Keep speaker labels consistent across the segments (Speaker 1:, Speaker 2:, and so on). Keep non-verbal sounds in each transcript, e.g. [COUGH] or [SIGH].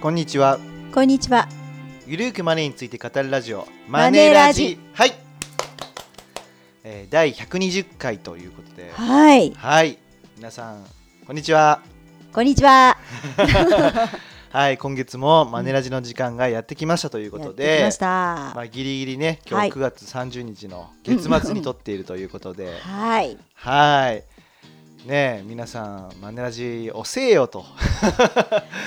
Speaker 1: こんにちは
Speaker 2: こんにちは。
Speaker 1: ゆるーくマネーについて語るラジオ
Speaker 2: マネーラジ
Speaker 1: はい、えー、第120回ということでは
Speaker 2: はい。
Speaker 1: い皆さんこんにちは
Speaker 2: こんにちは。
Speaker 1: はい今月もマネラジの時間がやってきましたというこ
Speaker 2: やっ
Speaker 1: と
Speaker 2: てき
Speaker 1: で
Speaker 2: ました。
Speaker 1: まあギリギリね今
Speaker 2: は
Speaker 1: 日
Speaker 2: い
Speaker 1: 9月30日の月末に撮っているということで、
Speaker 2: はい。
Speaker 1: はいねえ皆さんマネラジおせえよと、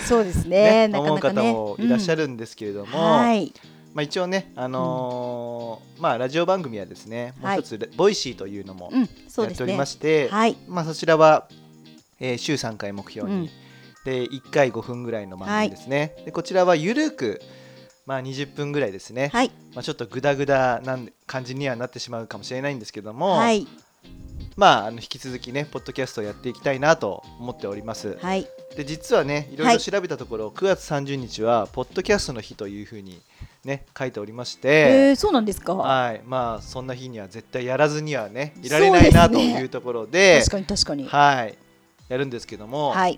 Speaker 2: そうです
Speaker 1: ね
Speaker 2: ね。なか
Speaker 1: 思う
Speaker 2: なか
Speaker 1: 方
Speaker 2: ね。
Speaker 1: もいらっしゃ
Speaker 2: る。
Speaker 1: るんですけれども、
Speaker 2: はい。
Speaker 1: まあ、一応ね、あのーまあ、ラジオ番組はですねもう
Speaker 2: はい
Speaker 1: 一つ、ボイシーというのも
Speaker 2: うん。そ
Speaker 1: や
Speaker 2: う
Speaker 1: っ
Speaker 2: で
Speaker 1: て
Speaker 2: す
Speaker 1: おり
Speaker 2: ね
Speaker 1: ま。して、
Speaker 2: はい。
Speaker 1: まあ、そちらは、えー週3回目標に、
Speaker 2: うん
Speaker 1: で1回5分ぐらいの番組ですね、でこちらはゆるく、まあ、20分ぐらいですね、
Speaker 2: はい。
Speaker 1: まあ、ちょっとグダグダなん感じにはなってしまうかもしれないんですけども、
Speaker 2: はい。
Speaker 1: まあ、あの引き続きねポッドキャストをやっていきたいなと思っております。
Speaker 2: はい。
Speaker 1: で実はねいろいろ調べたところ、9月30日はポッドキャストの日というふうにね書いておりまして、
Speaker 2: えー、そうなんですか。
Speaker 1: はいまあそんな日には絶対やらずにはねいられないな
Speaker 2: そう
Speaker 1: と
Speaker 2: ですね
Speaker 1: いうところで
Speaker 2: 確かに確かに。
Speaker 1: はいやるんですけども、
Speaker 2: はい。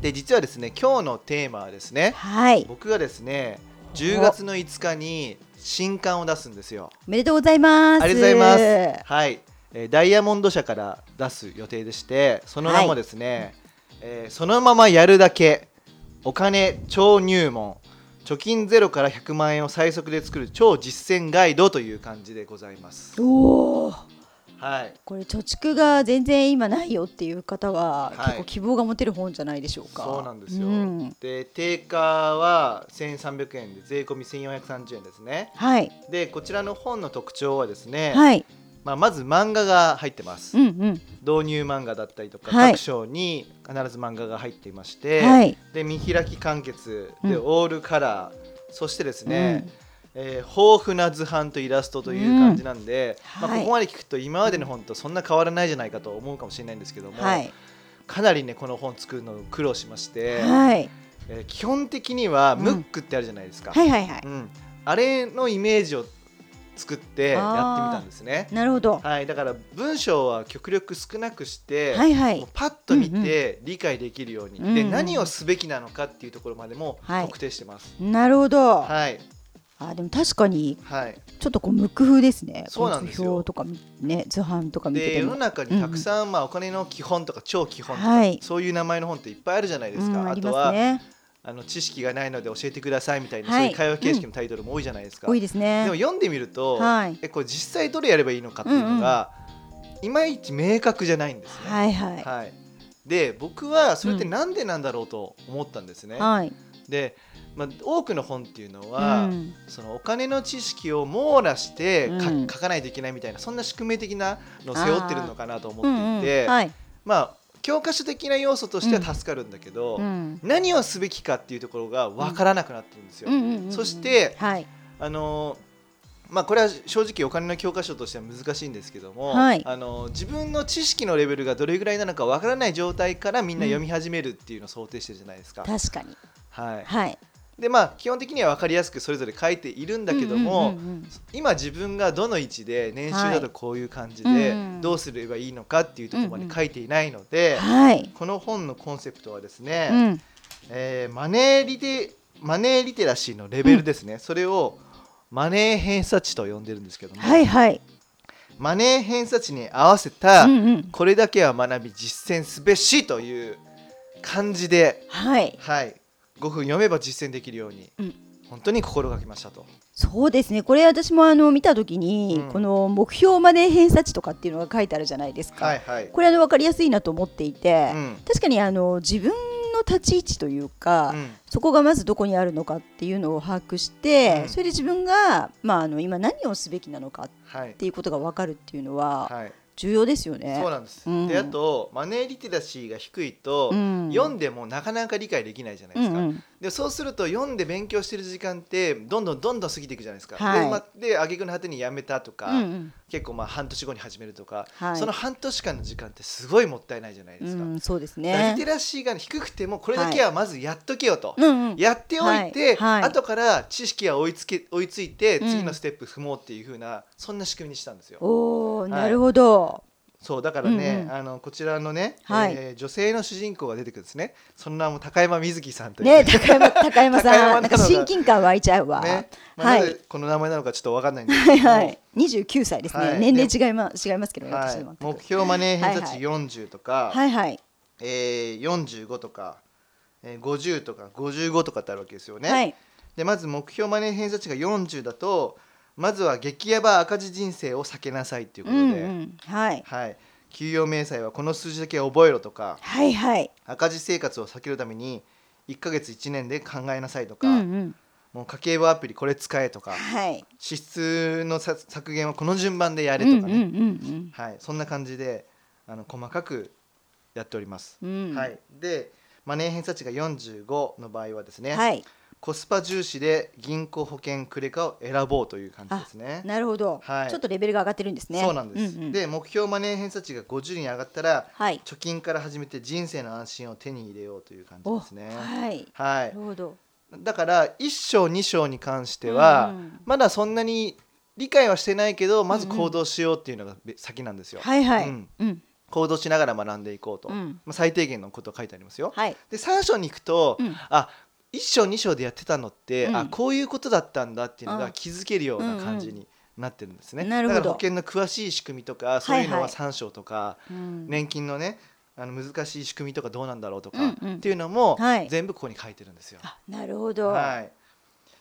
Speaker 1: で実はですね今日のテーマはですね
Speaker 2: はい。
Speaker 1: 僕がですね10月の5日に新刊を出すんですよ。
Speaker 2: おめでとうございます。
Speaker 1: ありがとうございます。はい、えーダイヤモンド社から出す予定でしてその名もですね、えーそのままやるだけお金超入門貯金ゼロから100万円を最速で作る超実践ガイドという感じでございます。
Speaker 2: おお。
Speaker 1: はい
Speaker 2: これ貯蓄が全然今ないよっていう方は、
Speaker 1: はい
Speaker 2: 結構希望が持てる本じゃないでしょうか。
Speaker 1: そうなんですよ、
Speaker 2: うん
Speaker 1: で定価は1300円で税込み1430円ですね
Speaker 2: はい。
Speaker 1: でこちらの本の特徴はですね、
Speaker 2: はい。
Speaker 1: まあ、まず漫画が入ってます、
Speaker 2: うんうん。
Speaker 1: 導入漫画だったりとか、
Speaker 2: はい
Speaker 1: 各章に必ず漫画が入っていまして、
Speaker 2: はい。
Speaker 1: で見開き完結で、
Speaker 2: うん
Speaker 1: オールカラーそしてですね、えー豊富な図版とイラストという感じなんで、
Speaker 2: う
Speaker 1: ま
Speaker 2: ん
Speaker 1: あ、
Speaker 2: はい
Speaker 1: ここまで聞くと今までの本とそんな変わらないじゃないかと思うかもしれないんですけど
Speaker 2: うん
Speaker 1: も、
Speaker 2: はい。
Speaker 1: かなりねこの本作るの苦労しまして、
Speaker 2: はい。
Speaker 1: えー基本的には
Speaker 2: うん
Speaker 1: ムックってあるじゃないですか、
Speaker 2: はいはいは
Speaker 1: うん、あれのイメージを作ってやってみたんですね
Speaker 2: い。。なるほど。
Speaker 1: はい、だから文章は極力少なくして、
Speaker 2: はい
Speaker 1: も。
Speaker 2: はいう
Speaker 1: パッと見て理解できるように、
Speaker 2: うんうん
Speaker 1: で
Speaker 2: うんうん
Speaker 1: 何をすべきなのかっていうところまでも
Speaker 2: はい
Speaker 1: 特定してます。
Speaker 2: なるほど。
Speaker 1: はい、
Speaker 2: あでも確かに
Speaker 1: はい
Speaker 2: ちょっとこう無工夫ですね。
Speaker 1: そうなんですよ
Speaker 2: この図表とかみね図版とか見て
Speaker 1: で
Speaker 2: て
Speaker 1: 世の
Speaker 2: も。
Speaker 1: 中にたくさん、まあ、お金の基本とか超基本とか、
Speaker 2: はい
Speaker 1: そういう名前の本っていっぱいあるじゃないで
Speaker 2: う
Speaker 1: すか、
Speaker 2: ん、あ
Speaker 1: あ
Speaker 2: り
Speaker 1: と
Speaker 2: ます
Speaker 1: は
Speaker 2: ね。
Speaker 1: あの知識がないので教えてくださいみたいな、
Speaker 2: はい
Speaker 1: そういう会話形式のタイトルも多いじゃないですか。
Speaker 2: 多いです
Speaker 1: で
Speaker 2: ね。
Speaker 1: も読んでみると、
Speaker 2: はい
Speaker 1: えこれ実際どれやればいいのかっていうのが、いまいち明確じゃないんですね。
Speaker 2: はいはい
Speaker 1: はい、で僕はそれってなんでなんだろうと思ったんですね。
Speaker 2: はい。
Speaker 1: で、まあ、多くの本っていうの
Speaker 2: う
Speaker 1: は、
Speaker 2: ん
Speaker 1: そのお金の知識を網羅してか
Speaker 2: うん
Speaker 1: 書かないといけないみたいなそんな宿命的なのを背負ってるのかなと思
Speaker 2: うん
Speaker 1: っ
Speaker 2: うん
Speaker 1: ていて、
Speaker 2: はい。
Speaker 1: まあ教科書的な要素としては助かるんだけど、
Speaker 2: うん
Speaker 1: 何をすべきかっていうところが分からなくなってるんですよ。
Speaker 2: うんうんうんうん
Speaker 1: そして
Speaker 2: はい
Speaker 1: あのーまあ、これは正直お金の教科書としては難しいんですけども、
Speaker 2: はい
Speaker 1: あのー自分の知識のレベルがどれぐらいなのかわからない状態からみんな読み始めるっていうのを想定してるじゃないですか。
Speaker 2: 確かに
Speaker 1: はい、
Speaker 2: はい。
Speaker 1: でまあ基本的には分かりやすくそれぞれ書いているんだけども、
Speaker 2: うんうんうんうん
Speaker 1: 今自分がどの位置で年収だとこういう感じで、
Speaker 2: はいうん
Speaker 1: どうすればいいのかっていうところまで書いていないので、
Speaker 2: はい。
Speaker 1: この本のコンセプトはです
Speaker 2: う
Speaker 1: ね、
Speaker 2: ん
Speaker 1: えーマネーリテマネーリテラシーのレベルですね、それをマネー偏差値と呼んでるんですけども、
Speaker 2: はいはい。
Speaker 1: マネー偏差値に合わせた、
Speaker 2: うんうん
Speaker 1: これだけは学び実践すべしという感じで、
Speaker 2: はい。
Speaker 1: はい、5分読めば実践できるように、
Speaker 2: うん
Speaker 1: 本当に心がけましたと。
Speaker 2: そうですねこれ私もあの見たときに、
Speaker 1: うん
Speaker 2: この目標まで偏差値とかっていうのが書いてあるじゃないですか、
Speaker 1: はいはい。
Speaker 2: これあの分かりやすいなと思っていて、
Speaker 1: うん
Speaker 2: 確かにあの自分の立ち位置というか、
Speaker 1: うん
Speaker 2: そこがまずどこにあるのかっていうのを把握して、
Speaker 1: うん
Speaker 2: それで自分が、まあ、あの今何をすべきなのかっ
Speaker 1: はい。
Speaker 2: ていうことが分かるっていうのは
Speaker 1: はい。
Speaker 2: 重要ですよね。
Speaker 1: そうなんです。
Speaker 2: うん
Speaker 1: であとマネーリテラシーが低いと、
Speaker 2: うん
Speaker 1: 読んでもなかなか理解できないじゃないですか。
Speaker 2: うんうん
Speaker 1: でそうすると読んで勉強してる時間ってどんどんどんどん過ぎていくじゃないですか。
Speaker 2: はい
Speaker 1: でまで挙句の果てにやめたとか、
Speaker 2: うんうん
Speaker 1: 結構まあ半年後に始めるとか、
Speaker 2: はい
Speaker 1: その半年間の時間ってすごいもったいないじゃないですか。
Speaker 2: うんそうです
Speaker 1: だから
Speaker 2: ね
Speaker 1: リテ。ラシーが低くてもこれだけはまずやっとけよと。
Speaker 2: うんうん
Speaker 1: やっておいて、
Speaker 2: はいはい
Speaker 1: 後から知識が追いつけ追いついて
Speaker 2: うん
Speaker 1: 次のステップ踏もうっていう風な、そんな仕組みにしたんですよ。
Speaker 2: おお、
Speaker 1: い
Speaker 2: なるほど。
Speaker 1: そうだからね、
Speaker 2: うんうん
Speaker 1: あのこちらのね、
Speaker 2: はい
Speaker 1: えー女性の主人公が出てくるんですねその名も高山瑞希さんという
Speaker 2: ね高山高山さん
Speaker 1: 高山なのが
Speaker 2: なんか親近感湧いちゃうわ、
Speaker 1: ねまあ
Speaker 2: はい
Speaker 1: なぜこの名前なのかちょっとわかんないんです
Speaker 2: [LAUGHS] は
Speaker 1: け
Speaker 2: い
Speaker 1: ども、
Speaker 2: [LAUGHS] はい29歳ですね、
Speaker 1: はい
Speaker 2: 年齢違い,、ま、違いますけどね、私
Speaker 1: は
Speaker 2: の
Speaker 1: い、目標マネー偏差
Speaker 2: は
Speaker 1: 値
Speaker 2: い
Speaker 1: 40とか、
Speaker 2: はいはい
Speaker 1: えー、45とか、えー、50とか55とかってあるわけですよね、
Speaker 2: はい
Speaker 1: でまず目標マネー偏差値が40だとまずは激ヤバ赤字人生を避けなさいっていうこ
Speaker 2: う
Speaker 1: とで、
Speaker 2: んうんはい
Speaker 1: はい、給与明細はこの数字だけ覚えろとか
Speaker 2: はいはい
Speaker 1: 赤字生活を避けるために1ヶ月1年で考えなさいと
Speaker 2: う
Speaker 1: か、
Speaker 2: んうん
Speaker 1: もう家計簿アプリこれ使えとか
Speaker 2: はい
Speaker 1: 支出のさ削減はこの順番でやれ
Speaker 2: うん
Speaker 1: と
Speaker 2: うん
Speaker 1: か
Speaker 2: う
Speaker 1: ね、
Speaker 2: ん
Speaker 1: はい、そんな感じであの細かくやっております。
Speaker 2: うんうん
Speaker 1: はい、でマネー偏差値が45の場合はですね、
Speaker 2: はい
Speaker 1: コスパ重視で銀行保険クレカを選ぼうという感じですね。
Speaker 2: なるほど、
Speaker 1: はい
Speaker 2: ちょっとレベルが上がってるんですね
Speaker 1: そうなんです、
Speaker 2: うんうん
Speaker 1: で目標マネー偏差値が50に上がったら
Speaker 2: はい
Speaker 1: 貯金から始めて人生の安心を手に入れようという感じ
Speaker 2: お
Speaker 1: ですね。
Speaker 2: はい
Speaker 1: は
Speaker 2: ないる、ほど
Speaker 1: だから1章2章に関しては、
Speaker 2: うん
Speaker 1: まだそんなに理解はしてないけどまず行動しようっていうのがべ先なんですよ。
Speaker 2: はいはい
Speaker 1: うん
Speaker 2: うん
Speaker 1: 行動しながら学んでいこうと、
Speaker 2: うん
Speaker 1: まあ、最低限のこと書いてありますよ。
Speaker 2: はい
Speaker 1: で3章に行くと、
Speaker 2: うん
Speaker 1: あ1章2章でやってたのって、
Speaker 2: うん
Speaker 1: あこういうことだったんだっていうの
Speaker 2: あ
Speaker 1: が気づけるような感じになってるんですね。
Speaker 2: うんうんなるほど
Speaker 1: だから保険の詳しい仕組みとかそういうの
Speaker 2: は
Speaker 1: はい3章とか、
Speaker 2: うん
Speaker 1: 年金のねあの難しい仕組みとかどうなんだろうとか、
Speaker 2: うんうん
Speaker 1: っていうのも、
Speaker 2: はい
Speaker 1: 全部ここに書いてるんですよ。
Speaker 2: あなるほど
Speaker 1: はい、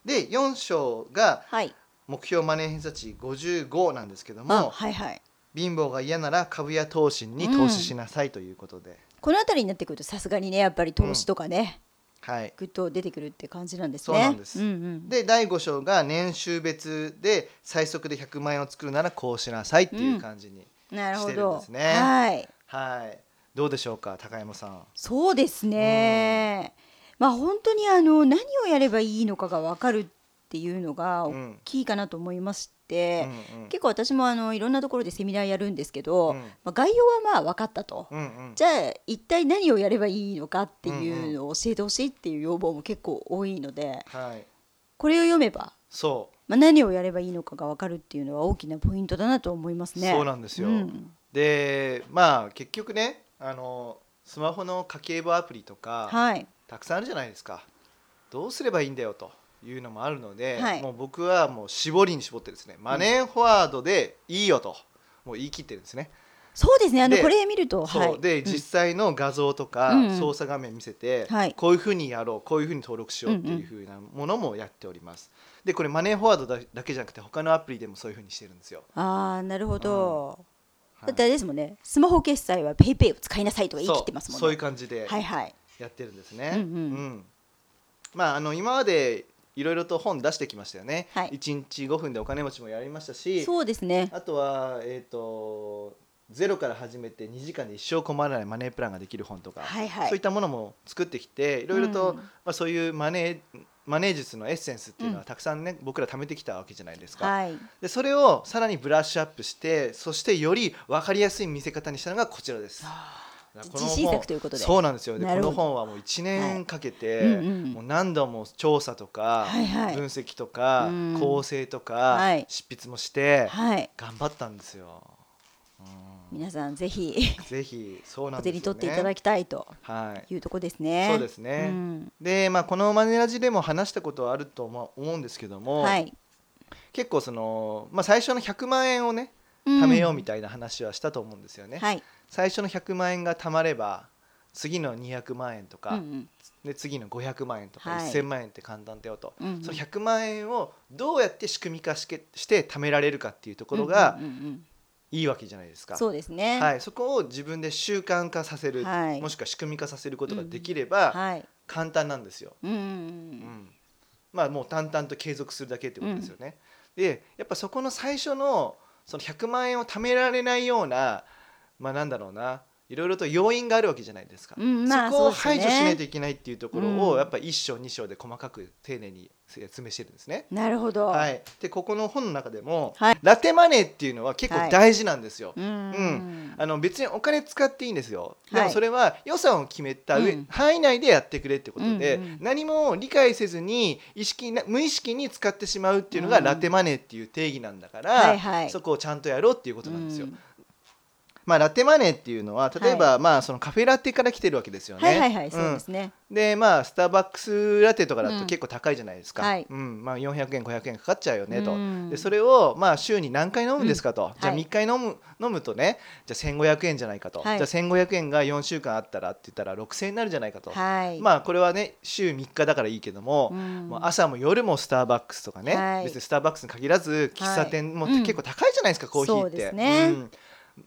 Speaker 1: で4章が
Speaker 2: はい
Speaker 1: 目標マネー偏差値55なんですけど
Speaker 2: あ
Speaker 1: も
Speaker 2: はいはい
Speaker 1: 貧乏が嫌なら株や投資に投資しなさいということで、
Speaker 2: この辺りになってくるとさすがにねやっぱり投資とかね、
Speaker 1: はい、
Speaker 2: ぐっと出てくるって感じなんです
Speaker 1: そ
Speaker 2: ね
Speaker 1: うなんです
Speaker 2: うんうん、
Speaker 1: で第5章が年収別で最速で100万円を作るならこうしなさいっていう感じに、
Speaker 2: なるほ
Speaker 1: してるん
Speaker 2: ど
Speaker 1: ですね
Speaker 2: はい
Speaker 1: はいどうでしょうか高山さん。
Speaker 2: そうですね、まあ本当にあの何をやればいいのかが分かるっていうのが
Speaker 1: う
Speaker 2: 大
Speaker 1: ん
Speaker 2: きいかなと思いまして、
Speaker 1: うんうん
Speaker 2: 結構私もあのいろんなところでセミナーやるんですけど、
Speaker 1: うん
Speaker 2: まあ、概要はまあ分かったと、
Speaker 1: うんうん
Speaker 2: じゃあ一体何をやればいいのかっていうのを教えてほしいっていう要望も結構多いので
Speaker 1: はい、
Speaker 2: これを読めば、
Speaker 1: そう
Speaker 2: まあ、何をやればいいのかが分かるっていうのは大きなポイントだなと思いますね。
Speaker 1: そうなんですよ
Speaker 2: うん
Speaker 1: でまあ結局ねあのスマホの家計簿アプリとか、
Speaker 2: はい、
Speaker 1: たくさんあるじゃないですかどうすればいいんだよというのもあるので、
Speaker 2: はい
Speaker 1: もう僕はもう絞りに絞ってですねマネーフォワードでいいよと、もう言い切ってるんですね。
Speaker 2: そうですねあの
Speaker 1: で
Speaker 2: これ見るとは
Speaker 1: そ
Speaker 2: いう
Speaker 1: で
Speaker 2: ん
Speaker 1: 実際の画像とか
Speaker 2: うんうん
Speaker 1: 操作画面見せて、
Speaker 2: はい
Speaker 1: こういうふうにやろうこういうふうに登録しようっていうふうなものもやっております。でこれマネーフォワードだだけじゃなくて他のアプリでもそういうふうにしてるんですよ。
Speaker 2: ああなるほど、
Speaker 1: はい
Speaker 2: だってあれですもんねスマホ決済はペイペイを使いなさいとか言い切
Speaker 1: そ
Speaker 2: ってます
Speaker 1: う
Speaker 2: もんね
Speaker 1: そういう感じで
Speaker 2: はいはい
Speaker 1: やってるんですね。
Speaker 2: うんうん
Speaker 1: まああの今までいろいろと本出してきましたよね。
Speaker 2: はい
Speaker 1: 一日5分でお金持ちもやりましたし、
Speaker 2: そうですね
Speaker 1: あとはえっ、とゼロから始めて2時間で一生困らないマネープランができる本とか、
Speaker 2: はいはい
Speaker 1: そういったものも作ってきていろいろと、
Speaker 2: うん
Speaker 1: まあそういうマネーマネー術のエッセンスっていうのはたくさんね、僕ら貯めてきたわけじゃないですか、
Speaker 2: はい
Speaker 1: でそれをさらにブラッシュアップしてそしてより分かりやすい見せ方にしたのがこちらです。だからこの
Speaker 2: 自信
Speaker 1: 本
Speaker 2: 作ということで
Speaker 1: そうなんですよで
Speaker 2: な
Speaker 1: こ
Speaker 2: るほ
Speaker 1: の
Speaker 2: ど
Speaker 1: 本はもう1年かけて、
Speaker 2: はいうんうん
Speaker 1: もう何度も調査とか、
Speaker 2: はいはい
Speaker 1: 分析とか、
Speaker 2: うん
Speaker 1: 構成とか、
Speaker 2: はい
Speaker 1: 執筆もして、
Speaker 2: はい
Speaker 1: 頑張ったんですよ。
Speaker 2: 皆さんぜひ
Speaker 1: ぜひそうなん
Speaker 2: お
Speaker 1: ですよ、ね。
Speaker 2: 手に取っていただきたいと
Speaker 1: はい。
Speaker 2: いうとこですね
Speaker 1: そうですね
Speaker 2: ん
Speaker 1: でまあこのマネラジでも話したことはあると思う思うんですけども、
Speaker 2: はい
Speaker 1: 結構そのまあ最初の100万円をね
Speaker 2: うん
Speaker 1: 貯めようみたいな話はしたと思うんですよね。
Speaker 2: はい
Speaker 1: 最初の100万円が貯まれば次の200万円とか、
Speaker 2: うんうん
Speaker 1: で次の500万円とか、
Speaker 2: はい
Speaker 1: 1000万円って簡単だよと、
Speaker 2: うんうん
Speaker 1: その100万円をどうやって仕組み化しけして貯められるかっていうところが
Speaker 2: うんうんうん
Speaker 1: いいわけじゃないです
Speaker 2: う
Speaker 1: か。
Speaker 2: んそうですね
Speaker 1: はい、そこを自分で習慣化させる、
Speaker 2: はい
Speaker 1: もしくは仕組み化させることができれば
Speaker 2: はい
Speaker 1: 簡単なんですよ。
Speaker 2: うんうん
Speaker 1: う
Speaker 2: うん
Speaker 1: んまあもう淡々と継続するだけってことですよね。でやっぱそこの最初のその100万円を貯められないようなまあなんだろうないろいろと要因があるわけじゃないですか。
Speaker 2: うんまあ
Speaker 1: そこを
Speaker 2: そう
Speaker 1: 排
Speaker 2: です
Speaker 1: 除
Speaker 2: ね
Speaker 1: しないといけないっていうところ
Speaker 2: う
Speaker 1: を
Speaker 2: ん
Speaker 1: やっぱ1章2章で細かく丁寧に説明してるんですね。
Speaker 2: なるほど
Speaker 1: はいい、でここの本の中でも、
Speaker 2: はい
Speaker 1: ラテマネーっていうのは結構大事なんですよ。
Speaker 2: うん
Speaker 1: うんあの別にお金使っていいんですよ、で
Speaker 2: は
Speaker 1: も
Speaker 2: い
Speaker 1: それは予算を決めた上、
Speaker 2: うん
Speaker 1: 範囲内でやってくれってことで、
Speaker 2: うんうん
Speaker 1: 何も理解せずに意識な無意識に使ってしまうっていうのが
Speaker 2: うん
Speaker 1: ラテマネーっていう定義なんだから、
Speaker 2: はいはい
Speaker 1: そこをちゃんとやろうっていうことなんですよ。
Speaker 2: うん
Speaker 1: まあ、ラテマネーっていうのは例えば、まあ、そのカフェラテから来てるわけですよね。
Speaker 2: はいはいはい、そうですね。
Speaker 1: うんでまあスターバックスラテとかだ
Speaker 2: う
Speaker 1: と
Speaker 2: ん
Speaker 1: 結構高いじゃないですか、
Speaker 2: はい
Speaker 1: うんまあ、400円500円かかっちゃうよねと、
Speaker 2: うん
Speaker 1: でそれをまあ週に何回飲むんですかと、じゃあ
Speaker 2: はい
Speaker 1: 3回飲む飲むとねじゃあ1500円じゃないかと、
Speaker 2: はい
Speaker 1: じゃあ1500円が4週間あったらって言ったら6000円になるじゃないかと、
Speaker 2: はい。
Speaker 1: まあこれはね週3日だからいいけども、
Speaker 2: うん
Speaker 1: もう朝も夜もスターバックスとかね、
Speaker 2: はい
Speaker 1: 別にスターバックスに限らず喫茶店も
Speaker 2: はいうん
Speaker 1: 結構高いじゃないですか、コーヒー
Speaker 2: そ
Speaker 1: っ
Speaker 2: うで
Speaker 1: て。
Speaker 2: すね
Speaker 1: ん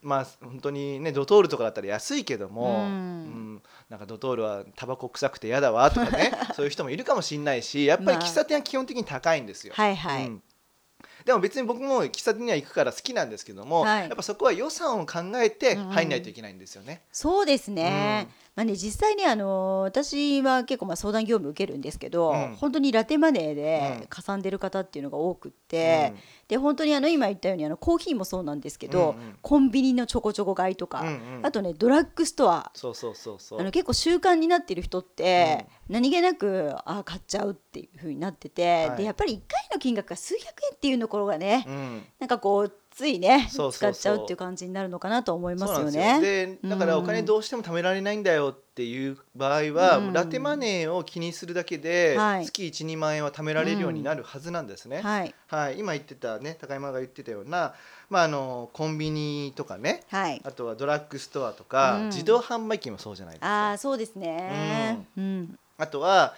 Speaker 1: まあ本当にねドトールとかだったら安いけども、
Speaker 2: うん
Speaker 1: うんなんかドトールはタバコ臭くて嫌だわとか
Speaker 2: [LAUGHS]
Speaker 1: ねそういう人もいるかもしれないしやっぱり
Speaker 2: まあ
Speaker 1: 喫茶店は基本的に高いんですよ。
Speaker 2: はいはい、
Speaker 1: うんでも別に僕も喫茶店には行くから好きなんですけども、
Speaker 2: はい
Speaker 1: やっぱそこは予算を考えて
Speaker 2: うんうん
Speaker 1: 入んないといけないんですよね。
Speaker 2: そうですね。
Speaker 1: うん
Speaker 2: まあね実際ねあの私は結構まあ相談業務受けるんですけど、
Speaker 1: うん
Speaker 2: 本当にラテマネー
Speaker 1: うん
Speaker 2: でかさんでる方っていうのが多くって、
Speaker 1: うん
Speaker 2: で本当にあの今言ったようにあのコーヒーもそうなんですけど、
Speaker 1: うんうん
Speaker 2: コンビニのちょこちょこ買いとか、
Speaker 1: うんうん
Speaker 2: あとねドラッグストア
Speaker 1: そうそうそうそう。
Speaker 2: あの結構習慣になってる人って、何気なくあ買っちゃうっていう風になってて、
Speaker 1: はい
Speaker 2: でやっぱり1回の金額が数百円っていうところがね、
Speaker 1: うん
Speaker 2: なんかこうついね
Speaker 1: そうそうそう
Speaker 2: 使っちゃうっていう感じになるのかなと思いま
Speaker 1: そう
Speaker 2: す
Speaker 1: なん
Speaker 2: よ
Speaker 1: です
Speaker 2: ね。
Speaker 1: よでだからお金
Speaker 2: うん
Speaker 1: どうしても貯められないんだよっていう場合は、
Speaker 2: うん
Speaker 1: ラテマネーを気にするだけで、
Speaker 2: はい
Speaker 1: 月12万円は貯められるようになるはずなんですね。
Speaker 2: はい
Speaker 1: はい、今言ってたね高山が言ってたような、まあ、あのコンビニとかね
Speaker 2: はい。
Speaker 1: あとはドラッグストアとか、
Speaker 2: うん
Speaker 1: 自動販売機もそうじゃないですか
Speaker 2: ああそうですね。うん。
Speaker 1: あとは、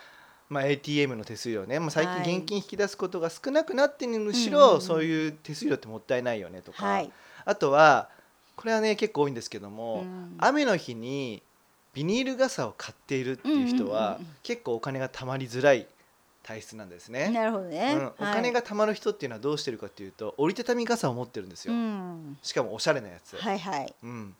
Speaker 1: まあ、ATM の手数料ね、まあ、最
Speaker 2: はい
Speaker 1: 近現金引き出すことが少なくなってるむし
Speaker 2: うんうん
Speaker 1: ろ、
Speaker 2: うん
Speaker 1: そういう手数料ってもったいないよねとか、
Speaker 2: はい。
Speaker 1: あとはこれはね結構多いんですけども、
Speaker 2: うん
Speaker 1: 雨の日にビニール傘を買っているっていう人は、
Speaker 2: うんうんうんうん
Speaker 1: 結構お金が貯まりづらい体質なんですね。
Speaker 2: なるほどね。
Speaker 1: うん、お金
Speaker 2: はい
Speaker 1: が貯まる人っていうのはどうしてるかっていうと折りたたみ傘を持ってるんです
Speaker 2: う
Speaker 1: よ、
Speaker 2: ん。
Speaker 1: しかもおしゃれなやつ、
Speaker 2: はいはい。
Speaker 1: うん、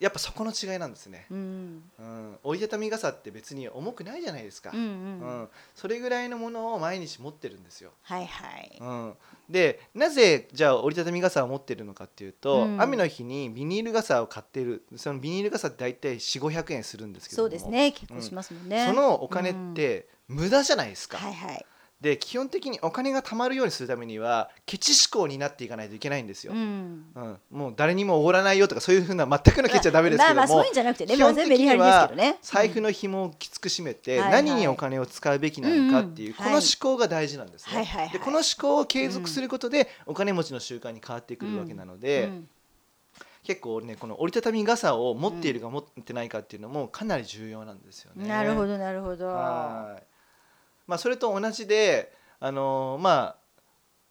Speaker 1: やっぱそこの違いなんですね、
Speaker 2: うん。
Speaker 1: うん、折りたたみ傘って別に重くないじゃないですか、
Speaker 2: うんうん。
Speaker 1: うんそれぐらいのものを毎日持ってるんですよ
Speaker 2: はいはい。
Speaker 1: うん、でなぜじゃあ折りたたみ傘を持ってるのかっていうと、
Speaker 2: うん
Speaker 1: 雨の日にビニール傘を買ってるそのビニール傘って大体4500円するんですけど
Speaker 2: そ
Speaker 1: も
Speaker 2: うですね。結構しますもんね。
Speaker 1: そのお金って無駄じゃないですか、
Speaker 2: はいはい。
Speaker 1: で基本的にお金が貯まるようにするためにはケチ思考になっていかないといけないんですよ、
Speaker 2: う
Speaker 1: うん
Speaker 2: ん。
Speaker 1: もう誰にもおごらないよとかそういうふうな全くのケチはダメですけども、
Speaker 2: まあまあそういうんじゃなくてね、
Speaker 1: 基
Speaker 2: もう
Speaker 1: 本
Speaker 2: 全
Speaker 1: 的
Speaker 2: 部メリ
Speaker 1: に
Speaker 2: ハリですけ
Speaker 1: は
Speaker 2: どね。
Speaker 1: 財布の紐をきつく締めて
Speaker 2: はいはい
Speaker 1: 何にお金を使うべきなのかっていう
Speaker 2: うんう
Speaker 1: こ
Speaker 2: ん
Speaker 1: の
Speaker 2: は
Speaker 1: 思
Speaker 2: い
Speaker 1: 考が大事なんです
Speaker 2: はいはいは
Speaker 1: ね
Speaker 2: い。
Speaker 1: でこの思考を継続することでお金持ちの習慣に変わってくるわけなので
Speaker 2: うん
Speaker 1: 結構ねこの折りたたみ傘を持っているか持ってないかっていうのもかなり重要なんですよね。
Speaker 2: なるほどなるほど。
Speaker 1: はいまあそれと同じであのーまあ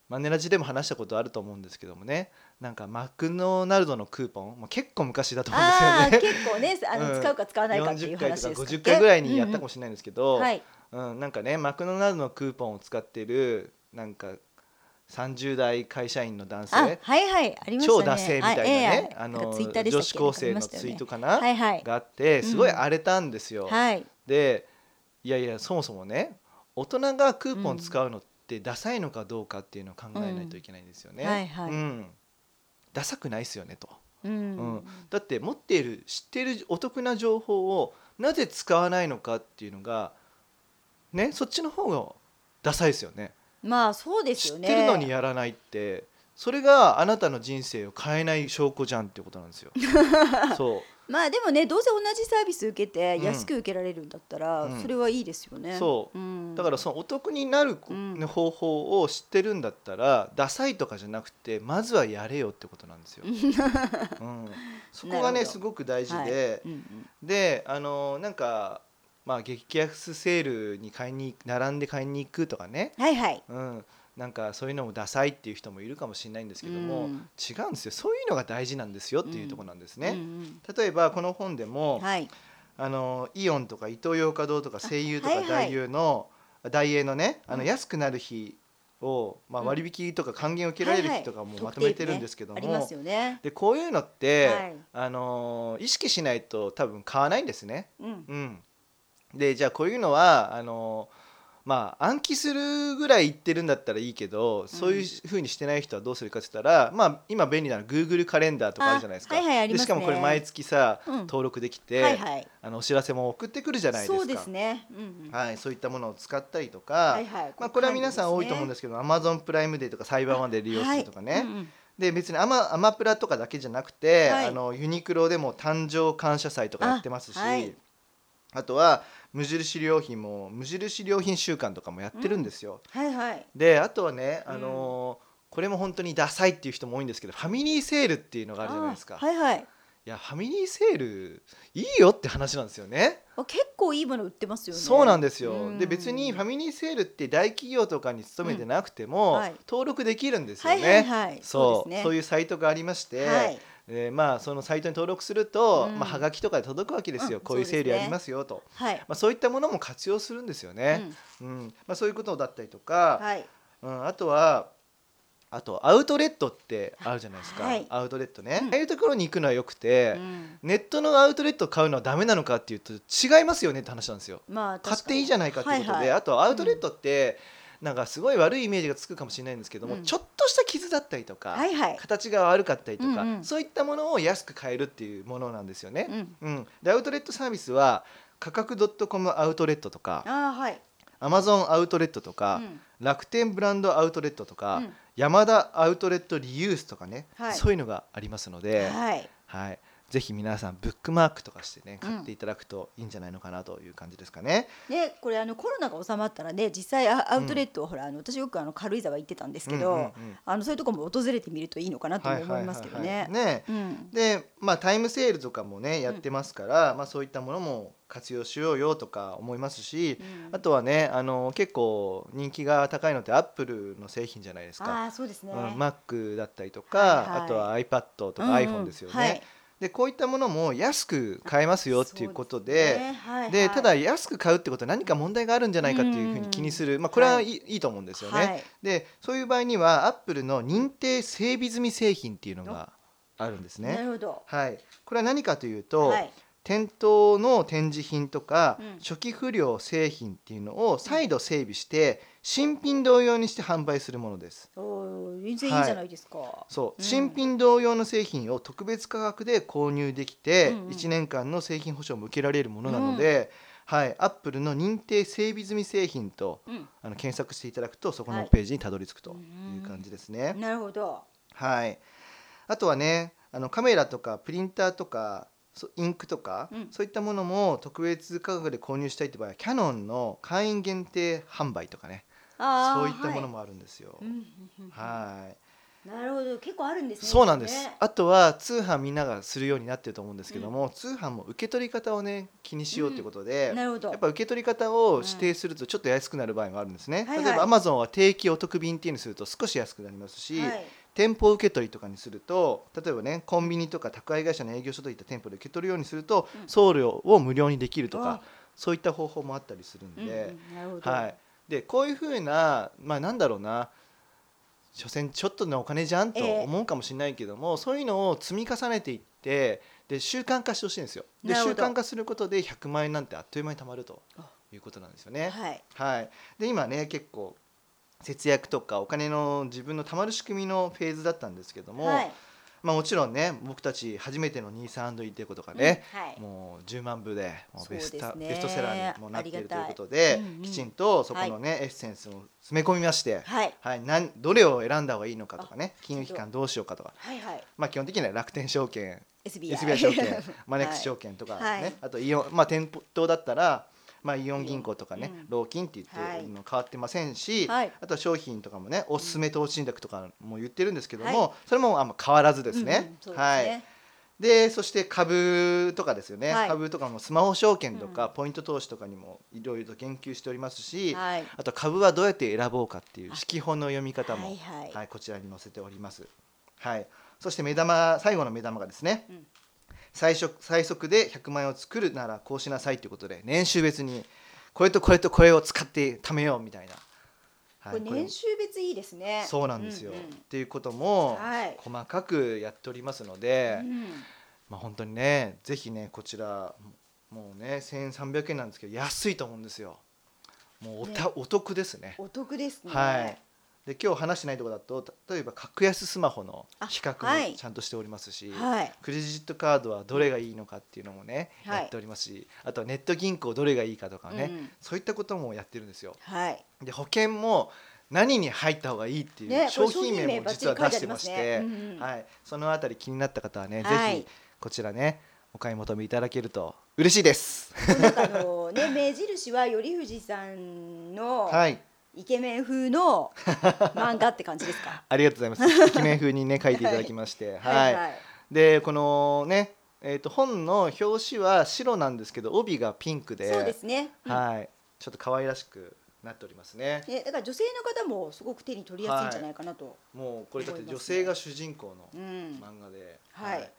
Speaker 1: マネラジでも話したことあると思うんですけどもねなんかマクドナルドのクーポンもう結構昔だと思うんですよ
Speaker 2: ああ
Speaker 1: ね。
Speaker 2: 結構ね、あ
Speaker 1: う
Speaker 2: の
Speaker 1: ん
Speaker 2: 使うか使わないかってい
Speaker 1: 40
Speaker 2: う
Speaker 1: 回
Speaker 2: 話
Speaker 1: と
Speaker 2: で
Speaker 1: か
Speaker 2: す
Speaker 1: 50回ぐらいにやったか
Speaker 2: も
Speaker 1: もしれないんですけど、
Speaker 2: はい。
Speaker 1: うん、なんかねマクドナルドのクーポンを使ってるなんか30代会社員の男
Speaker 2: あはい
Speaker 1: 性
Speaker 2: はいありましたね。
Speaker 1: 超惰性みたいなね
Speaker 2: あ
Speaker 1: あ
Speaker 2: の
Speaker 1: の
Speaker 2: ツイッターでした
Speaker 1: 女
Speaker 2: っけ
Speaker 1: 子高生の
Speaker 2: なんかありましたよ
Speaker 1: ツイ
Speaker 2: ね
Speaker 1: ートかな、
Speaker 2: はいはい
Speaker 1: があってすごい荒れたんですよ。
Speaker 2: はい。
Speaker 1: でいやいやそもそもね大人がクーポン使うのってダサいのかどうかっていうのを考えないといけないんですよね。
Speaker 2: うんはいはい
Speaker 1: うんダサくないですよねと。
Speaker 2: う
Speaker 1: うん
Speaker 2: ん。、
Speaker 1: だって持っている知っているお得な情報をなぜ使わないのかっていうのがねそっちの方がダサいですよね
Speaker 2: まあそうです
Speaker 1: 知
Speaker 2: よ
Speaker 1: っ
Speaker 2: ね。
Speaker 1: てるのにやらないってそれがあなたの人生を変えない証拠じゃんってことなん
Speaker 2: [LAUGHS]
Speaker 1: ですよそ
Speaker 2: まあでもねどうせ同じサービス受けて
Speaker 1: うん
Speaker 2: 安く受けられるんだったら、
Speaker 1: うん
Speaker 2: それはいいですよね。
Speaker 1: そう
Speaker 2: うん
Speaker 1: うだからそのお得になるこ
Speaker 2: うん
Speaker 1: 方法を知ってるんだったらダサいとかじゃなくてまずはやれよってことなん
Speaker 2: [LAUGHS]
Speaker 1: ですよ、うん、そこが
Speaker 2: なる
Speaker 1: ね
Speaker 2: ほど
Speaker 1: すごく大事で、
Speaker 2: はいうんうん
Speaker 1: であのなんか、まあ、激安セールに買いに並んで買いに行くとかね、
Speaker 2: はいはい。
Speaker 1: うん、なんかそういうのもダサいっていう人もいるかもしれないんですけども、
Speaker 2: うん
Speaker 1: 違うんですよそういうのが大事なんですよっていうところなんですね。
Speaker 2: うん
Speaker 1: 例えばこの本で
Speaker 2: う
Speaker 1: も、
Speaker 2: んはい。
Speaker 1: あのイオンとかイトーヨーカドーとか西友と
Speaker 2: は
Speaker 1: か
Speaker 2: いはい
Speaker 1: 大友の、大英のねあの
Speaker 2: うん
Speaker 1: 安くなる日を、まあ、
Speaker 2: うん
Speaker 1: 割引とか還元を受けられる
Speaker 2: はい
Speaker 1: 日
Speaker 2: はい
Speaker 1: とかも
Speaker 2: 特
Speaker 1: まと
Speaker 2: 定
Speaker 1: め
Speaker 2: 日
Speaker 1: てるんですけども、
Speaker 2: ね、ありますよね。
Speaker 1: でこういうのって、
Speaker 2: はい
Speaker 1: あのー意識しないと多分買わないんですね。
Speaker 2: うん。
Speaker 1: うん、でじゃあこういうのはあのーまあ暗記するぐらい言ってるんだったらいいけどそういうふうにしてない人はどうするかって言ったら、まあ、今便利なの Google カレンダーとかあるじゃないですか。
Speaker 2: あはいはいあり
Speaker 1: で
Speaker 2: ますね
Speaker 1: しかもこれ毎月さ、
Speaker 2: うん
Speaker 1: 登録できて、
Speaker 2: はいはい。
Speaker 1: あのお知らせも送ってくるじゃないですか。
Speaker 2: そうですね。うんうん。
Speaker 1: はい、そういったものを使ったりとか、
Speaker 2: はいはい
Speaker 1: まあ、これは皆さん多いと思うんですすけど Amazon プライムデーとかサイバーマンデー利用するとかね、
Speaker 2: うんうん
Speaker 1: で別にアマアマプラとかだけじゃなくて、
Speaker 2: はい
Speaker 1: あのユニクロでも誕生感謝祭とかやってますしあ,、
Speaker 2: あはい
Speaker 1: とは無印良品も無印良品週間とかもやってるんですよ。
Speaker 2: はいはい
Speaker 1: であとはね、あのーこれも本当にダサいっていう人も多いんですけどファミリーセールっていうのがあるじゃないですか、
Speaker 2: あはいはい
Speaker 1: いやファミリーセールいいよって話なんですよね。
Speaker 2: あ結構いいもの売ってますよね
Speaker 1: そうなんですよ、
Speaker 2: うん
Speaker 1: で別にファミリーセールって大企業とかに勤めてなくても、
Speaker 2: うんはい
Speaker 1: 登録できるんですよ
Speaker 2: は
Speaker 1: ね、
Speaker 2: いはいはい
Speaker 1: そうそう
Speaker 2: ですね
Speaker 1: いうサイトがありまして、
Speaker 2: はい
Speaker 1: えーまあ、そのサイトに登録すると、
Speaker 2: うん
Speaker 1: まあ、はがきとかで届くわけですよ、
Speaker 2: うん
Speaker 1: こういう
Speaker 2: そうです
Speaker 1: セー
Speaker 2: ね
Speaker 1: ルやりますよとそう,、
Speaker 2: はい、
Speaker 1: まあ、そういったものも活用するんですよね、うんまあ、そういうことだったりと
Speaker 2: うん
Speaker 1: か、
Speaker 2: はい
Speaker 1: うん、あとはあとアウトレットってあるじゃないですか、
Speaker 2: はい
Speaker 1: アウトレットね、
Speaker 2: うん
Speaker 1: ああいうところに行くのはよくて、
Speaker 2: うん
Speaker 1: ネットのアウトレットを買うのはダメなのかっていうと違いますよねって話なんですよ。
Speaker 2: まあ
Speaker 1: 買っていいじゃないかっていうことで、
Speaker 2: はいはい
Speaker 1: あとアウトレットって、なんかすごい悪いイメージがつくかもしれないんですけども、
Speaker 2: うん
Speaker 1: ちょっとした傷だったりとか、
Speaker 2: はいはい
Speaker 1: 形が悪かったりとか、
Speaker 2: うんうん
Speaker 1: そういったものを安く買えるっていうものなんですよ
Speaker 2: う
Speaker 1: ね。
Speaker 2: ん、
Speaker 1: うんでアウトレットサービスは価格 .com アウトレットとか
Speaker 2: あーはい、
Speaker 1: アマゾンアウトレットとか、
Speaker 2: うん
Speaker 1: 楽天ブランドアウトレットとか、
Speaker 2: うん
Speaker 1: ヤマダアウトレットリユースとかね、
Speaker 2: はい
Speaker 1: そういうのがありますので、
Speaker 2: はい
Speaker 1: はい、ぜひ皆さんブックマークとかしてね
Speaker 2: うん
Speaker 1: 買っていただくといいんじゃないのかなという感じですかね。
Speaker 2: ね、これあのコロナが収まったらね実際あアウトレットを、ほらあの私よくあの軽井沢行ってたんですけど、
Speaker 1: うんうんうん
Speaker 2: あのそういうとこも訪れてみるといいのかなとも思いますけど
Speaker 1: はいは
Speaker 2: ね
Speaker 1: い。はいはいね
Speaker 2: うん
Speaker 1: でまあ、タイムセールとかもねやってますから、まあ、そういったものも活用しようよとか思いますし、
Speaker 2: うん
Speaker 1: あとはねあの結構人気が高いのってアップルの製品じゃないですか、
Speaker 2: ああそうですね。
Speaker 1: うん、Mac だったりとか、
Speaker 2: はいはい
Speaker 1: あとは iPad とか
Speaker 2: うんうん
Speaker 1: iPhone ですよね、
Speaker 2: はい
Speaker 1: でこういったものも安く買えますよっていうことで。
Speaker 2: そうすねはいはい
Speaker 1: でただ安く買うってことは何か問題があるんじゃないかっていうふうに気にする、まあ、これは
Speaker 2: はい
Speaker 1: い、い、いと思うんですよね。
Speaker 2: はい
Speaker 1: でそういう場合にはアップルの認定整備済み製品っていうのがあるんです
Speaker 2: な
Speaker 1: ね。
Speaker 2: るほど。
Speaker 1: はい、これは何かというと、
Speaker 2: はい
Speaker 1: 店頭の展示品とか、
Speaker 2: うん
Speaker 1: 初期不良製品っていうのを再度整備して新品同様にして販売するものです。
Speaker 2: おー全然いいじゃないですか。
Speaker 1: そう、
Speaker 2: うん
Speaker 1: 新品同様の製品を特別価格で購入できて、
Speaker 2: うんうん
Speaker 1: 1年間の製品保証も受けられるものなので、はい、アップルの認定整備済み製品と
Speaker 2: うん
Speaker 1: あの検索していただくとそこ
Speaker 2: は
Speaker 1: の
Speaker 2: い
Speaker 1: ページにたどり着くという感じですね。
Speaker 2: なるほど。
Speaker 1: はい、あとはねあのカメラとかプリンターとかそインクとか、
Speaker 2: うん
Speaker 1: そういったものも特別価格で購入したいって場合はキャノンの会員限定販売とかね
Speaker 2: あー
Speaker 1: そういったもの。もあるんですよ
Speaker 2: はい。うんうんうん
Speaker 1: はい
Speaker 2: なるほど結構あるんですね。
Speaker 1: そうなんです、
Speaker 2: ね
Speaker 1: あとは通販みんながするようになってると思うんですけども、通販も受け取り方をね気にしようということで、
Speaker 2: なるほど
Speaker 1: やっ。ぱ受け取り方を指定するとちょっと安くなる場合もあるんですね、
Speaker 2: はいはい
Speaker 1: 例えばアマゾンは定期お得便っていうのにすると少し安くなりますし、
Speaker 2: はい
Speaker 1: 店舗受け取りとかにすると例えばねコンビニとか宅配会社の営業所といった店舗で受け取るようにすると、
Speaker 2: うん
Speaker 1: 送料を無料にできるとか
Speaker 2: あ
Speaker 1: そういった方法もあったりするんで、
Speaker 2: うんうんなるほど。
Speaker 1: はい、でこういうふうな、まあ、なんだろうな所詮ちょっとのお金じゃんと
Speaker 2: ええ
Speaker 1: 思うかもしれないけども、そういうのを積み重ねていってで習慣化してほしいんですよ。で
Speaker 2: なるほ
Speaker 1: 習
Speaker 2: ど
Speaker 1: 慣化することで100万円なんてあっという間に貯まると
Speaker 2: あ
Speaker 1: いうことなんですよね。
Speaker 2: はい。
Speaker 1: はい、で今ね結構節約とかお金の自分の貯まる仕組みのフェーズだったんですけども、
Speaker 2: はい
Speaker 1: まあ、もちろんね僕たち初めての 23&E ということがね、
Speaker 2: うんはい
Speaker 1: もう10万部でもうベスタ
Speaker 2: そうですね
Speaker 1: ベストセラーにもなってい
Speaker 2: あ
Speaker 1: る
Speaker 2: り
Speaker 1: と
Speaker 2: が
Speaker 1: いう
Speaker 2: たい
Speaker 1: ことで、
Speaker 2: うんうん
Speaker 1: きちんとそこのね、エッセンスを詰め込みまして、
Speaker 2: はい
Speaker 1: なんどれを選んだ方がいいのかとかね金融機関どうしようかとか、
Speaker 2: はいはい。
Speaker 1: まあ、基本的には楽天証券
Speaker 2: SBI,
Speaker 1: SBI 証
Speaker 2: [LAUGHS]
Speaker 1: 券マネックス証券とか、ね
Speaker 2: はい
Speaker 1: あとイオン、まあ、店頭だったら、まあ、イオン銀行とかね、
Speaker 2: うん
Speaker 1: ローキンって言
Speaker 2: は
Speaker 1: って
Speaker 2: い
Speaker 1: るの変わってませんし、
Speaker 2: はい
Speaker 1: あとは商品とかもねおすすめ投資信託とかも言ってるんですけども、
Speaker 2: はい
Speaker 1: それもあんま変わらずです
Speaker 2: [LAUGHS] うんう
Speaker 1: ね
Speaker 2: ん。そうです
Speaker 1: はい
Speaker 2: ね
Speaker 1: でそして株とかですよね、
Speaker 2: はい
Speaker 1: 株とかもスマホ証券とか、ポイント投資とかにもいろいろと言及しておりますし、
Speaker 2: はい
Speaker 1: あと株はどうやって選ぼうかっていう式本の読み方も、
Speaker 2: はいはい
Speaker 1: こちらに載せております。はい、そして目玉最後の目玉がですね、
Speaker 2: ん
Speaker 1: 最初最速で100万円を作るならこうしなさいということで年収別にこれとこれとこれを使って貯めようみたいな。は
Speaker 2: これ
Speaker 1: これ
Speaker 2: 年収別いいですね。
Speaker 1: そうなんですよ、
Speaker 2: うんうん
Speaker 1: っていうことも
Speaker 2: はい
Speaker 1: 細かくやっておりますので、
Speaker 2: うん
Speaker 1: まあ本当にねぜひねこちらもうね1300円なんですけど安いと思うんですよもうおた、お得ですね
Speaker 2: お得ですね。
Speaker 1: はいで今日話してないところだと例えば格安スマホの
Speaker 2: あ
Speaker 1: 比較も
Speaker 2: はい
Speaker 1: ちゃんとしておりますし、
Speaker 2: はい
Speaker 1: クレジットカードはどれがいいのかっていうのもね、
Speaker 2: はい
Speaker 1: やっておりますしあとはネット銀行どれがいいかとかね、
Speaker 2: うんうん
Speaker 1: そういったこともやってるんですよ
Speaker 2: はい。
Speaker 1: で保険も何に入った方がいいっていう
Speaker 2: ね
Speaker 1: 商品名も実は出してまし
Speaker 2: これ商品名ばっち
Speaker 1: て、
Speaker 2: り書いてありますねうんうん
Speaker 1: はい、そのあたり気になった方はね、
Speaker 2: はい
Speaker 1: ぜひこちらねお買い求めいただけると嬉しいです。
Speaker 2: なんかあ
Speaker 1: [LAUGHS]
Speaker 2: のね目印は頼藤さんの
Speaker 1: はい。
Speaker 2: イケメン風の漫画って感じですか
Speaker 1: ありがとうござい
Speaker 2: [LAUGHS]
Speaker 1: ます。イケメン風にね書いていただきまして、はい。
Speaker 2: い。
Speaker 1: でこのね、えっ、と本の表紙は白なんですけど、帯がピンクで、
Speaker 2: そうですね。うん
Speaker 1: はい、ちょっと可愛らしくなっておりますね。
Speaker 2: ねだから女性の方もすごく手に取りやすいんじゃないかなと。
Speaker 1: もうこれだって女性が主人公
Speaker 2: う
Speaker 1: の
Speaker 2: ん。
Speaker 1: 漫画で、
Speaker 2: はい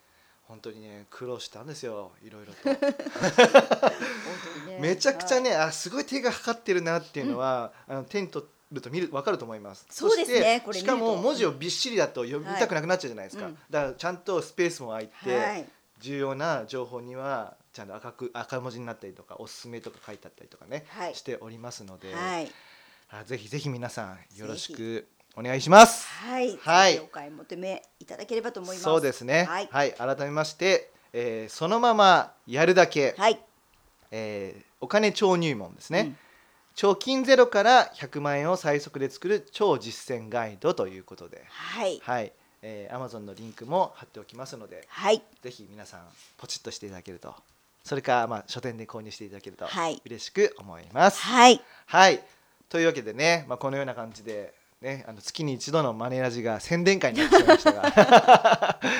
Speaker 1: 本当にね苦労したんですよ、いろい
Speaker 2: [LAUGHS]
Speaker 1: ろと。
Speaker 2: 本当にね
Speaker 1: めちゃくちゃ
Speaker 2: はい
Speaker 1: ね、あすごい手がかかってるなっていうのは、あの手に取ると見るわかると思います。
Speaker 2: そうですね
Speaker 1: そして
Speaker 2: これ
Speaker 1: し
Speaker 2: 見る
Speaker 1: か
Speaker 2: と
Speaker 1: も文字をびっしりだと読み
Speaker 2: はい
Speaker 1: たくなくなっちゃうじゃないですか。
Speaker 2: うん
Speaker 1: だからちゃんとスペースも空いて、
Speaker 2: はい。
Speaker 1: 重要な情報にはちゃんと赤く赤文字になったりとかおすすめとか書いてあったりとかね、
Speaker 2: はい
Speaker 1: しておりますので、
Speaker 2: はい。
Speaker 1: あぜひぜひ皆さんよろし
Speaker 2: ぜ
Speaker 1: くお願いします。
Speaker 2: はい。
Speaker 1: はい
Speaker 2: ぜひお買い求めいただければと思います。
Speaker 1: そうですね。
Speaker 2: はい。
Speaker 1: 改めまして、えーそのままやるだけ、
Speaker 2: はい。
Speaker 1: えーお金超入門ですね。
Speaker 2: うん
Speaker 1: 貯金ゼロから100万円を最速で作る超実践ガイドということで、
Speaker 2: はい。
Speaker 1: はい、えー、Amazon のリンクも貼っておきますので、
Speaker 2: はい。
Speaker 1: ぜひ皆さんポチッとしていただけると、それかまあ書店で購入していただけると
Speaker 2: はい
Speaker 1: 嬉しく思います。
Speaker 2: はい。
Speaker 1: はい、というわけでね、まあ、このような感じで、ね、あの月に一度のマネラジが宣伝会になってしまいましたが。 [LAUGHS]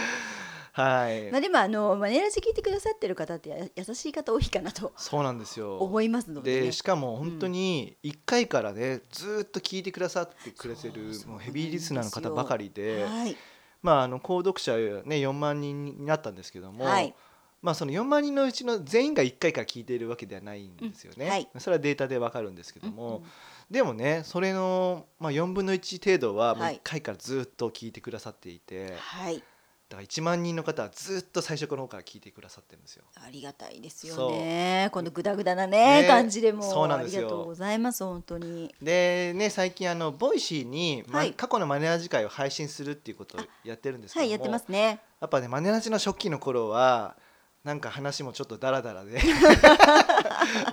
Speaker 1: はい、
Speaker 2: まあでもあのマネーラジ聞いてくださってる方ってや優しい方多いかなと
Speaker 1: そうなんですよ。
Speaker 2: 思いますのでね。
Speaker 1: でしかも本当に1回からねずーっと聞いてくださってくれてる
Speaker 2: そう
Speaker 1: もうヘビーリスナーの方ばかりで
Speaker 2: はい。
Speaker 1: まああの購読者ね4万人になったんですけども、
Speaker 2: はい。
Speaker 1: まあその4万人のうちの全員が1回から聞いているわけではないんですよね、
Speaker 2: うんはい
Speaker 1: それはデータでわかるんですけども、
Speaker 2: うんうん
Speaker 1: でもねそれの、まあ、4分の1程度はもう
Speaker 2: はい
Speaker 1: 1回からずーっと聞いてくださっていて、だ
Speaker 2: はい。
Speaker 1: から1万人の方はずーっと最初の方から聞いてくださってるんですよ。
Speaker 2: ありがたいですよね。このグダグダなね
Speaker 1: ね
Speaker 2: 感じでも
Speaker 1: そうなん
Speaker 2: あ
Speaker 1: で
Speaker 2: り
Speaker 1: すよ
Speaker 2: がとうございます本当に。
Speaker 1: でね最近あのボイシーに、ま
Speaker 2: はい
Speaker 1: 過去のマネラジ会を配信するっていうことをやってるんですけ
Speaker 2: は
Speaker 1: ども、
Speaker 2: いやってますね。
Speaker 1: やっぱねマネラジの初期の頃はなんか話もちょっとダラダ
Speaker 2: [LAUGHS]
Speaker 1: ラで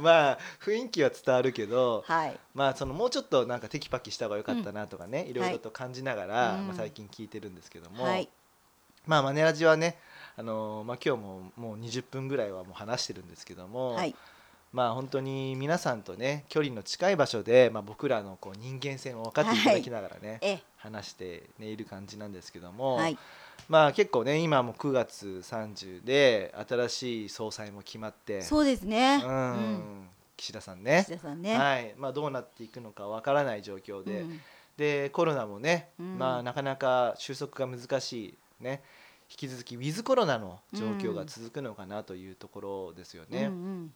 Speaker 1: まあ雰囲気は伝わるけど、
Speaker 2: はい。
Speaker 1: まあそのもうちょっとなんかテキパキした方が良かったなとかね、いろいろと感じながら、
Speaker 2: うん
Speaker 1: まあ、最近聞いてるんですけども、
Speaker 2: はい。
Speaker 1: まあマネラジはねあのーまあ、今日ももう20分ぐらいはもう話してるんですけども、
Speaker 2: はい。
Speaker 1: まあ本当に皆さんとね距離の近い場所で、まあ、僕らのこう人間性も分かっていただきながらね、
Speaker 2: ええ。
Speaker 1: 話して、ね、いる感じなんですけども、
Speaker 2: はい。
Speaker 1: まあ結構ね今も9月30で新しい総裁も決まって
Speaker 2: そうですね。
Speaker 1: う
Speaker 2: うん
Speaker 1: ん、岸田さんね
Speaker 2: 岸田さんね。
Speaker 1: はいまあ、どうなっていくのかわからない状況で、
Speaker 2: うん
Speaker 1: でコロナもね、
Speaker 2: うん
Speaker 1: まあ、なかなか収束が難しいね引き続きウィズコロナの状況
Speaker 2: う
Speaker 1: が
Speaker 2: ん
Speaker 1: 続くのかなというところですよね。
Speaker 2: うんうん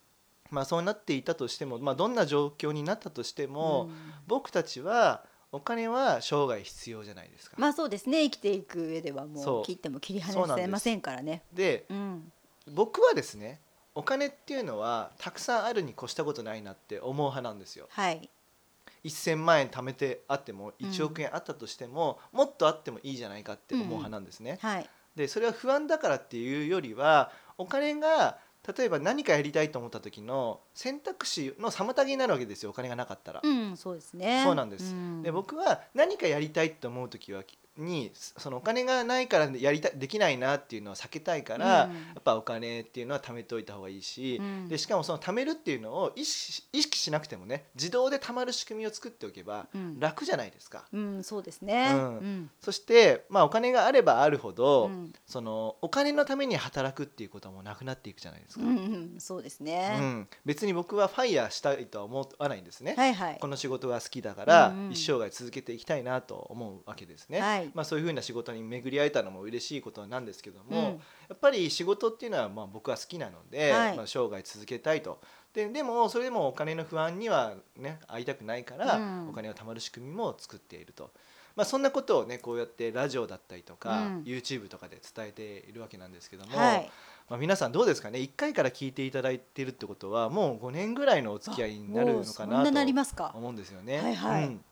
Speaker 1: まあ、そうなっていたとしても、まあ、どんな状況になったとしても、
Speaker 2: うん
Speaker 1: 僕たちはお金は生涯必要じゃないですか。
Speaker 2: まあそうですね生きていく上では
Speaker 1: そ
Speaker 2: も
Speaker 1: う
Speaker 2: う切っても切り
Speaker 1: そうな
Speaker 2: 離
Speaker 1: んで
Speaker 2: せ
Speaker 1: す
Speaker 2: ませんからね。
Speaker 1: で
Speaker 2: うん。
Speaker 1: 僕はですねお金っていうのはたくさんあるに越したことないなって思う派なんですよ。
Speaker 2: はい。
Speaker 1: 1,000万円貯めてあっても
Speaker 2: うん
Speaker 1: 1億円あったとしても、もっとあってもいいじゃないかって思う派なんですね。
Speaker 2: はい。
Speaker 1: でそれは不安だからっていうよりはお金が例えば何かやりたいと思った時の選択肢の妨げになるわけですよお金がなかったら。
Speaker 2: うんそうですね。
Speaker 1: そうなんですで僕は何かやりたいと思う時はにそのお金がないからやりたいできないなっていうのは避けたいから、
Speaker 2: うん
Speaker 1: やっぱお金っていうのは貯めておいた方がいいし、
Speaker 2: うん
Speaker 1: でしかもその貯めるっていうのを意識し意識しなくてもね自動で貯まる仕組みを作っておけば
Speaker 2: うん
Speaker 1: 楽じゃないですか。
Speaker 2: うんそうですね。
Speaker 1: うん
Speaker 2: うん
Speaker 1: そして、まあ、お金があればあるほど、
Speaker 2: うん
Speaker 1: そのお金のために働くっていうこともなくなっていくじゃないです
Speaker 2: う
Speaker 1: か、
Speaker 2: んうんそうです
Speaker 1: う
Speaker 2: ね。
Speaker 1: ん別に僕はファイヤーしたいとは思わないんですね、
Speaker 2: はいはい
Speaker 1: こ。の仕事が好きだから、
Speaker 2: うんうん
Speaker 1: 一生涯続けていきたいなと思うわけですね、
Speaker 2: はい
Speaker 1: まあ、そういうふうな仕事に巡り合えたのも嬉しいことなんですけども、
Speaker 2: うん
Speaker 1: やっぱり仕事っていうのはまあ僕は好きなので、
Speaker 2: はい
Speaker 1: まあ、生涯続けたいとででもそれでもお金の不安にはね会いたくないから、
Speaker 2: うん
Speaker 1: お金を貯まる仕組みも作っていると。まあ、そんなことをねこうやってラジオだったりとか、
Speaker 2: うん
Speaker 1: YouTube とかで伝えているわけなんですけども、
Speaker 2: はい。
Speaker 1: まあ、皆さんどうですかね1回から聞いていただいてるってことはもう5年ぐらいのお付き合いになるのか
Speaker 2: あも
Speaker 1: な
Speaker 2: うそ
Speaker 1: と
Speaker 2: んななりますか。
Speaker 1: 思うんですよね。
Speaker 2: はいはい
Speaker 1: うん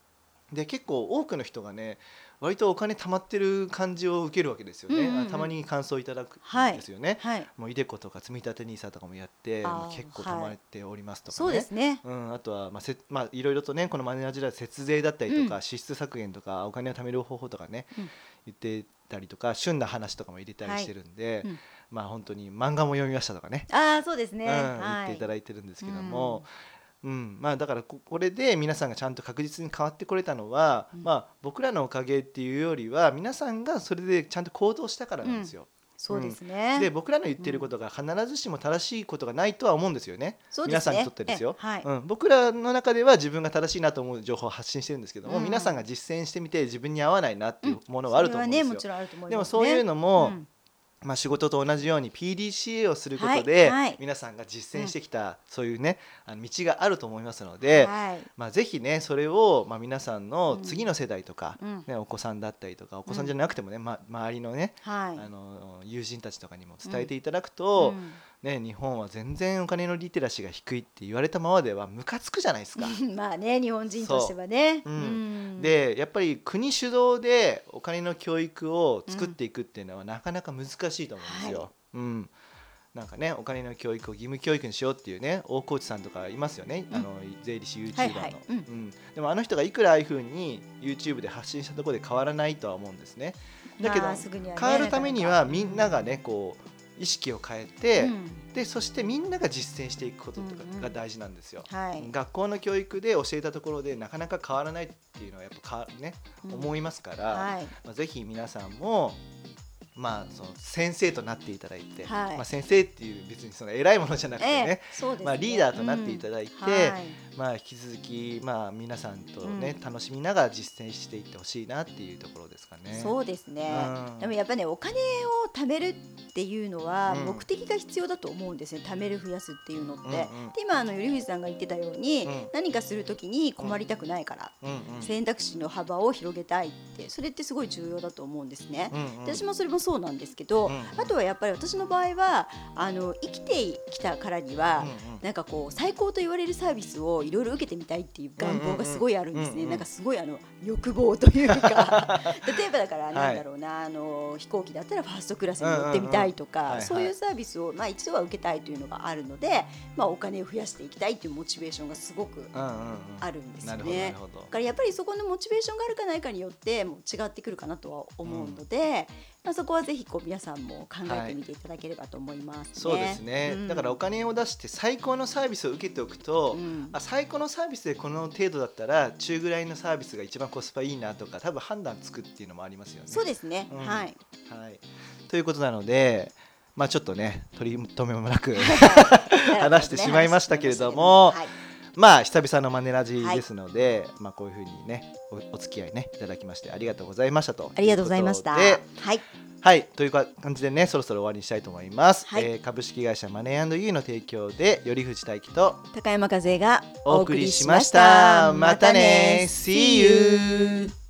Speaker 1: で結構多くの人がね割とお金貯まってる感じを受けるわけですよね、
Speaker 2: うんうんうん
Speaker 1: たまに感想いただく
Speaker 2: はい
Speaker 1: んですよね、
Speaker 2: はい。
Speaker 1: もういでことか積み立て NISA とかもやって
Speaker 2: あー
Speaker 1: もう結構貯まっておりますとかね、
Speaker 2: そうですね。
Speaker 1: うん、あとは、まあせまあ、いろいろとねこのマネージャーで節税だったりとか、
Speaker 2: うん
Speaker 1: 支出削減とかお金を貯める方法とかね、
Speaker 2: うん
Speaker 1: 言ってたりとか旬な話とかも入れたりしてるんで、
Speaker 2: はいうん
Speaker 1: まあ本当に漫画も読みましたとかね、
Speaker 2: ああ、そうですね。
Speaker 1: うん、
Speaker 2: は
Speaker 1: 言っていただいてるんですけども
Speaker 2: うん、
Speaker 1: うんまあ、だからここれで皆さんがちゃんと確実に変わってこれたのは、
Speaker 2: うん
Speaker 1: まあ、僕らのおかげっていうよりは皆さんがそれでちゃんと行動したからなんですよ。
Speaker 2: そうですね。
Speaker 1: で僕らの言ってることが必ずしも正しいことがないとは思うんですよね。
Speaker 2: そうですね
Speaker 1: 皆さんにとってですよ、
Speaker 2: ええはい
Speaker 1: うん、僕らの中では自分が正しいなと思う情報を発信してるんですけども、
Speaker 2: うん
Speaker 1: 皆さんが実践してみて自分に合わないなっていうものはあると思うんですよ、
Speaker 2: それはね、もちろんあると思います、ね。
Speaker 1: でもそういうのも、
Speaker 2: うん
Speaker 1: まあ、仕事と同じように PDCA をすることで、
Speaker 2: はいはい
Speaker 1: 皆さんが実践してきた、そういうねあの道があると思いますので、
Speaker 2: はい。
Speaker 1: まあ、ぜひねそれを、まあ、皆さんの次の世代とか、
Speaker 2: うん
Speaker 1: ね、お子さんだったりとかお子さんじゃなくてもね、ま、周りのね
Speaker 2: はい。
Speaker 1: あの友人たちとかにも伝えていただくと、
Speaker 2: うん
Speaker 1: ね、日本は全然お金のリテラシーが低いって言われたままではムカつくじゃないですか。
Speaker 2: [LAUGHS] まあね日本人としてはね。
Speaker 1: そう
Speaker 2: う
Speaker 1: うん
Speaker 2: ん、
Speaker 1: でやっぱり国主導でお金の教育を作っていくっていうのはなかなか難しいと思うんですよ。
Speaker 2: は
Speaker 1: うんなんかねお金の教育を義務教育にしようっていうね大河内さんとかいますよね、
Speaker 2: うん
Speaker 1: あの税理士 YouTuber の、
Speaker 2: はいはいうん
Speaker 1: でもあの人がいくらああいうふうに YouTube で発信したところで変わらないとは思うんですね。だけど、
Speaker 2: まあすぐにはね
Speaker 1: 変わるためにはみんながねこう意識を変えて、
Speaker 2: うん
Speaker 1: でそしてみんなが実践していくこととか
Speaker 2: うんうん
Speaker 1: が大事なんですよ。
Speaker 2: はい、
Speaker 1: 学校の教育で教えたところでなかなか変わらないっていうのはやっぱ変わね、
Speaker 2: うん
Speaker 1: 思いますから、
Speaker 2: はい
Speaker 1: まあ、ぜひ皆さんも、まあ、その先生となっていただいて、
Speaker 2: はい
Speaker 1: まあ、先生っていう別にその偉いものじゃなくてね、
Speaker 2: ええそうですね
Speaker 1: まあ、リーダーとなっていただいて、
Speaker 2: うんはい
Speaker 1: まあ、引き続き、まあ、皆さんとね、
Speaker 2: うん
Speaker 1: 楽しみながら実践していってほしいなっていうところですかね。
Speaker 2: そうですね、
Speaker 1: うん
Speaker 2: でもやっぱねお金を貯めるっていうのは
Speaker 1: うん
Speaker 2: 目的が必要だと思うんですね、貯める増やすっていうのって、
Speaker 1: うんうん
Speaker 2: で今あの頼藤さんが言ってたように、
Speaker 1: うん
Speaker 2: 何かするときに困りたくないから、
Speaker 1: うんうん
Speaker 2: 選択肢の幅を広げたいってそれってすごい重要だと思うんですね、
Speaker 1: うんうん
Speaker 2: で私もそれもそうなんですけど、
Speaker 1: うんうん
Speaker 2: あとはやっぱり私の場合はあの生きてきたからには、
Speaker 1: うんうん
Speaker 2: なんかこう最高と言われるサービスをいろいろ受けてみたいっていう願望がすごいあるんで
Speaker 1: うん
Speaker 2: すね、
Speaker 1: うんうん
Speaker 2: なんかすごいあの欲望というか
Speaker 1: [LAUGHS]
Speaker 2: 例えばだから
Speaker 1: い
Speaker 2: なんだろうな、あの飛行機だったらファーストクラスに乗ってみたいと
Speaker 1: うんうんうん
Speaker 2: か、
Speaker 1: はいはい
Speaker 2: そういうサービスを、まあ、一度は受けたいというのがあるので、まあ、お金を増やしていきたいというモチベーションがすごく
Speaker 1: うんうんうん
Speaker 2: あるんです
Speaker 1: な
Speaker 2: よ
Speaker 1: るほどな
Speaker 2: ね
Speaker 1: る。ほど
Speaker 2: だからやっぱりそこのモチベーションがあるかないかによってもう違ってくるかなとは思うので、まあ、そこはぜひこう皆さんも考えてみていただければと思います、ね
Speaker 1: そうですね、
Speaker 2: うん
Speaker 1: だからお金を出して最高のサービスを受けておくと、
Speaker 2: うん
Speaker 1: あ最高のサービスでこの程度だったら中ぐらいのサービスが一番コスパいいなとか多分判断つくっていうのもありますよね。
Speaker 2: そうですね、
Speaker 1: うん
Speaker 2: はい
Speaker 1: はい、ということなので、まあ、ちょっとね取り留めもなく [LAUGHS] 話してしまいましたけれども
Speaker 2: はい、
Speaker 1: まあ久々のマネラジですので、まあ、こういうふうにねおお付き合いねいただきましてありがとうございましたと
Speaker 2: ありがとうございました。
Speaker 1: う
Speaker 2: は
Speaker 1: ことで
Speaker 2: い、
Speaker 1: はい、というか感じでね、そろそろ終わりにしたいと思います。
Speaker 2: はい
Speaker 1: えー株式会社マネーユーの提供で、頼藤大樹と
Speaker 2: 高山和恵が
Speaker 1: お送りしました。またね、See you!